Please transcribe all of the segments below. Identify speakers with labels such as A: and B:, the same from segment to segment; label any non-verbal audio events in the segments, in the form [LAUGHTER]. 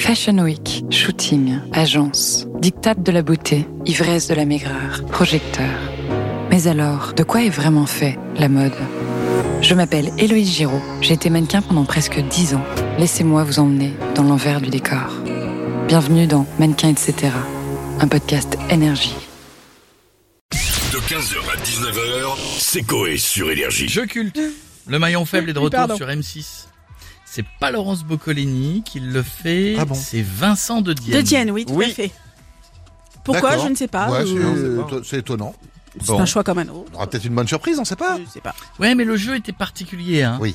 A: Fashion Week, shooting, agence, dictate de la beauté, ivresse de la maigreur, projecteur. Mais alors, de quoi est vraiment fait la mode Je m'appelle Héloïse Giraud, j'ai été mannequin pendant presque 10 ans. Laissez-moi vous emmener dans l'envers du décor. Bienvenue dans Mannequin etc., un podcast énergie.
B: De 15h à 19h, c'est Coé sur Énergie.
C: Je culte. Le maillon faible est de
D: Oui,
C: retour
D: pardon.
C: sur M6. C'est pas Laurence Boccolini qui le fait,
E: Ah bon
C: c'est Vincent de Dienne.
D: De Dienne, oui, tout
C: Oui.
D: à fait. Pourquoi
E: D'accord.
D: Je ne sais pas.
E: Ouais, c'est-
D: Euh,
E: c'est éto- c'est étonnant.
D: c'est
E: Bon.
D: un choix comme un autre.
E: On aura peut-être une bonne surprise, on sait
C: Ah.
E: pas.
D: Je sais pas.
C: Ouais, mais le jeu était particulier. Hein.
E: Oui,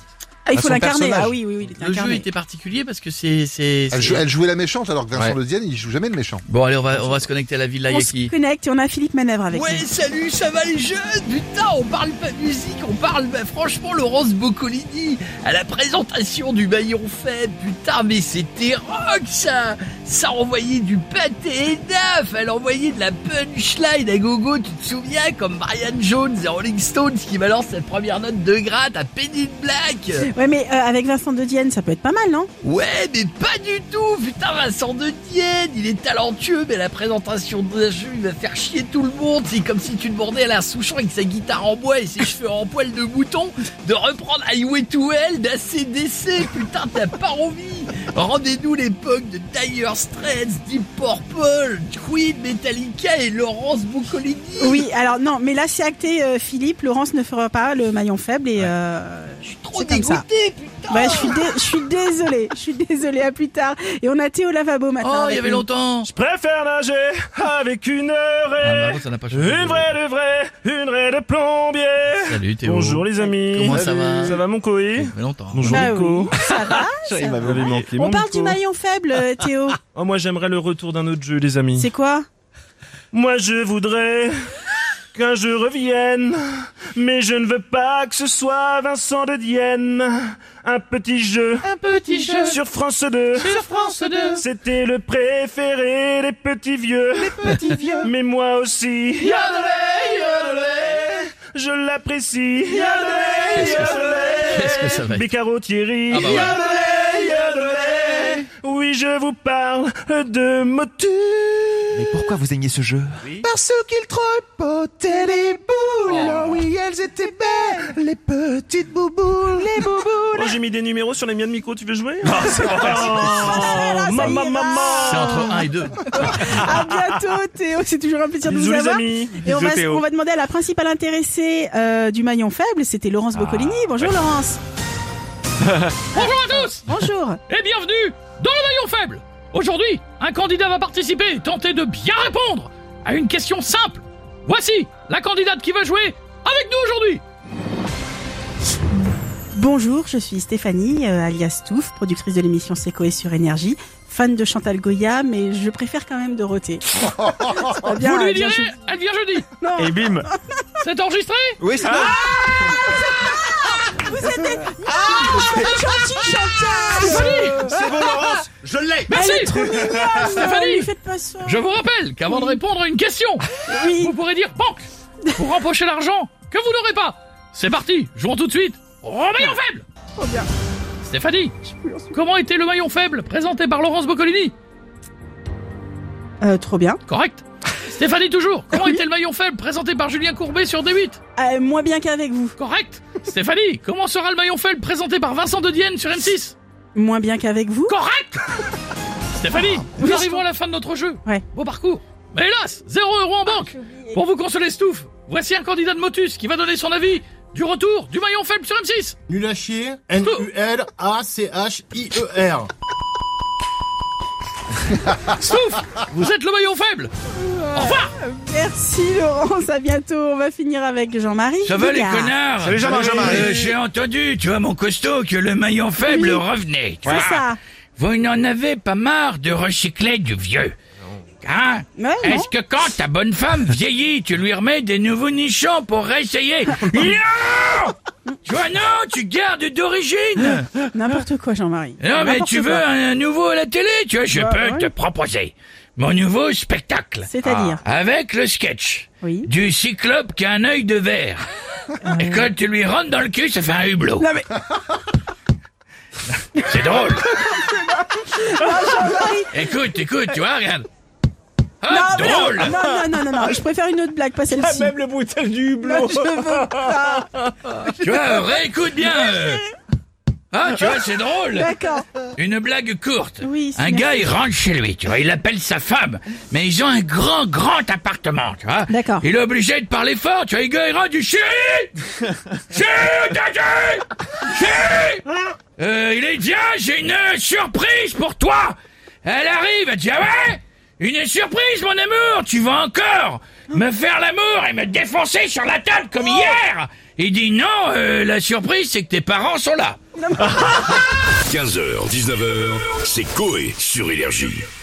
D: Ah, il
E: À
D: faut
E: son
D: l'incarner.
E: personnage.
D: Ah oui, oui, oui, il est
C: le jeu
D: incarné.
C: était particulier parce que c'est. c'est-
E: Elle,
C: c'est-
E: jou- Ah, elle jouait la méchante alors que Vincent
C: Ouais.
E: Le Dienne, il joue jamais le méchant.
C: Bon, allez, on va, on va se connecter à la Villa
D: On se
C: Yaki.
D: connecte et on a Philippe Manœuvre avec
C: Ouais,
D: nous.
C: salut, ça va les jeunes Putain, on parle pas de musique, on parle bah, franchement Laurence Boccolini à la présentation du maillon faible. Putain, mais c'était rock ça Ça envoyait du pâté et neuf Elle envoyait de la punchline à gogo, tu te souviens Comme Brian Jones et Rolling Stones qui balance sa première note de gratte à Penny Black
D: Ouais, mais euh, avec Vincent de Dienne, ça peut être pas mal, non
C: Ouais, mais pas du tout Putain, Vincent de Dienne, il est talentueux, mais la présentation d'un jeu, il va faire chier tout le monde. C'est comme si tu demandais à la Souchon avec sa guitare en bois et ses cheveux en poil de mouton de reprendre Highway to Hell d'ACDC. Putain, t'as pas envie Rendez-nous l'époque de Dire Straits, Deep Purple, Queen, Metallica et Laurence Boccolini.
D: Oui, alors non, mais là c'est acté, euh, Philippe. Laurence ne fera pas le maillon faible et. euh,
C: Je suis trop
D: c'est comme ça.
C: dégoûté, putain
D: Ouais, je suis, dé- je suis désolée, je suis désolée, à plus tard. Et on a Théo Lavabo
C: Oh,
D: maintenant.
C: il y
D: avec
C: avait
D: nous.
C: longtemps
F: Préfère nager avec une
C: Ah,
F: raie.
C: bah, ça n'a pas changé.
F: Une vraie de vraie, une raie de plombier.
C: Salut Théo.
F: Bonjour les amis.
C: Comment ça va
F: Ça va mon coé
C: Ça fait longtemps.
F: Bonjour
D: Bah
F: Nico.
D: oui, ça
C: [LAUGHS]
D: va ça va.
F: Vous avez manqué,
D: On
F: mon
D: parle
F: Nico.
D: du maillon faible, euh, Théo.
F: Oh, moi j'aimerais le retour d'un autre jeu les amis.
D: C'est quoi
F: Moi je voudrais qu'un jeu revienne, mais je ne veux pas que ce soit Vincent de Dienne. Un petit jeu. Un petit jeu. Sur France 2. Sur France 2. C'était le préféré des petits vieux. Les petits vieux. Mais moi aussi. Yodelay, yodelay. Je l'apprécie. Yodelay, yodelay.
C: Qu'est-ce que ça va être
F: Beccaro Thierry.
C: Ah bah voilà.
F: Yodelay, yodelay. Oui, je vous parle de motu.
G: Mais pourquoi vous aimiez ce jeu
E: Parce qu'il tripotait les boules.
F: Oh.
E: oui, elles étaient belles, les petites bouboules. Les bouboules.
F: Oh, j'ai mis des numéros sur les miens de micro, tu veux jouer Oh.
D: là, Ah, ça y est,
F: Maman,
D: là.
F: maman
C: C'est entre 1 et 2.
D: [LAUGHS] À bientôt, Théo. C'est toujours un plaisir
F: Bisous
D: de vous
F: les
D: avoir.
F: amis
D: Et on
F: Bisous,
D: va,
F: Théo.
D: on va demander à la principale intéressée euh, du maillon faible, c'était Laurence
H: Ah.
D: Boccolini. Bonjour Laurence.
H: Bonjour à tous
D: Bonjour.
H: et bienvenue dans le maillon faible. Aujourd'hui, un candidat va participer et tenter de bien répondre à une question simple. Voici la candidate qui va jouer avec nous aujourd'hui.
D: Bonjour, je suis Stéphanie, euh, alias Touffe, productrice de l'émission Secoé sur Énergie, fan de Chantal Goya, mais je préfère quand même
H: [LAUGHS]
D: Dorothée. C'est pas bien,
H: Vous lui
D: bien
H: direz,
D: chou-
H: elle vient jeudi.
D: Non,
F: Et bim
H: C'est enregistré Ah
G: Oui, c'est
D: vous êtes... Ah, gentille Chantal
H: Stéphanie
E: C'est bon, Laurence, je l'ai.
H: Merci
D: Elle est trop mignonne
H: Stéphanie
D: Lui faites pas ça
H: Je vous rappelle qu'avant de répondre à une question,
D: Oui,
H: vous pourrez dire banque pour empocher l'argent que vous n'aurez pas. C'est parti, jouons tout de suite au maillon faible
D: trop bien.
H: Stéphanie, comment était le maillon faible présenté par Laurence Boccolini
D: Euh, trop bien.
H: Correct. Stéphanie toujours. Comment était le maillon faible présenté par Julien Courbet sur D8
D: Euh, moins bien qu'avec vous.
H: Correct. Stéphanie, comment sera le maillon faible présenté par Vincent de Dienne sur M6
D: Moins bien qu'avec vous.
H: Correct. Stéphanie, nous
D: Oui,
H: arrivons à la fin de notre jeu.
D: Ah, Ouais. Ah,
H: Beau parcours. Mais hélas, 0 euro en banque. Pour vous consoler Stouff, voici un candidat de Motus qui va donner son avis du retour du maillon faible sur M6.
I: Nul à chier, N-U-L-A-C-H-I-E-R.
H: [LAUGHS] Stouff, vous êtes le maillon faible. Au revoir.
D: Merci Laurence, à bientôt. On va finir avec Jean-Marie.
C: Ça va les
D: Bigard.
C: connards Euh,
F: Salut, Jean-Marie. Salut, Jean-Marie.
C: J'ai entendu, tu vois mon costaud, que le maillon faible
D: Oui.
C: revenait. tu
D: C'est
C: vois.
D: ça.
C: Vous n'en avez pas marre de recycler du vieux Hein
D: Ouais, non.
C: Est-ce que quand ta bonne femme vieillit, tu lui remets des nouveaux nichons pour
D: [LAUGHS]
C: réessayer Non Tu vois, non, tu gardes
D: Ah,
C: d'origine
D: N'importe quoi, Jean-Marie.
C: Eh Non, mais
D: N'importe
C: tu veux
D: quoi.
C: un, un nouveau à la télé, tu vois, je
D: Bah,
C: peux
D: ouais.
C: te proposer mon nouveau spectacle.
D: C'est-à-dire
C: Avec le sketch
D: Oui.
C: Ah. du cyclope qui a un œil de verre. Et quand tu lui rentres dans le cul, ça fait un hublot.
D: Non, mais-
C: [LAUGHS] C'est drôle.
D: Jean-Marie,
H: Écoute, écoute, tu vois, regarde.
C: Ah,
H: Hop,
D: Non, mais
H: drôle
D: non, non, non, non, non, je préfère une autre
C: [LAUGHS]
D: blague, pas celle-ci.
E: même le brutal du hublot.
H: Tu vois, euh, réécoute bien euh. Ah, tu vois, c'est drôle
D: D'accord.
H: Une blague courte.
D: Oui, c'est
H: un
D: bien.
H: gars, il rentre chez lui, tu vois, il appelle sa femme, Ah bah, mais ils ont un grand, grand appartement, tu vois.
D: D'accord.
H: Il est obligé de parler fort, tu vois, il gars, il rentre, du chéri Chéri, t'as dit Chéri Euh, il est dit, ah, j'ai une euh, surprise pour toi Elle arrive, elle dit, ah ouais Une surprise, mon amour, tu vas encore me faire l'amour et me défoncer sur la table comme hier Il dit, non, euh, la surprise, c'est que tes parents
B: [LAUGHS]
H: sont là.
B: 15h, 19h, c'est Coé sur Énergie.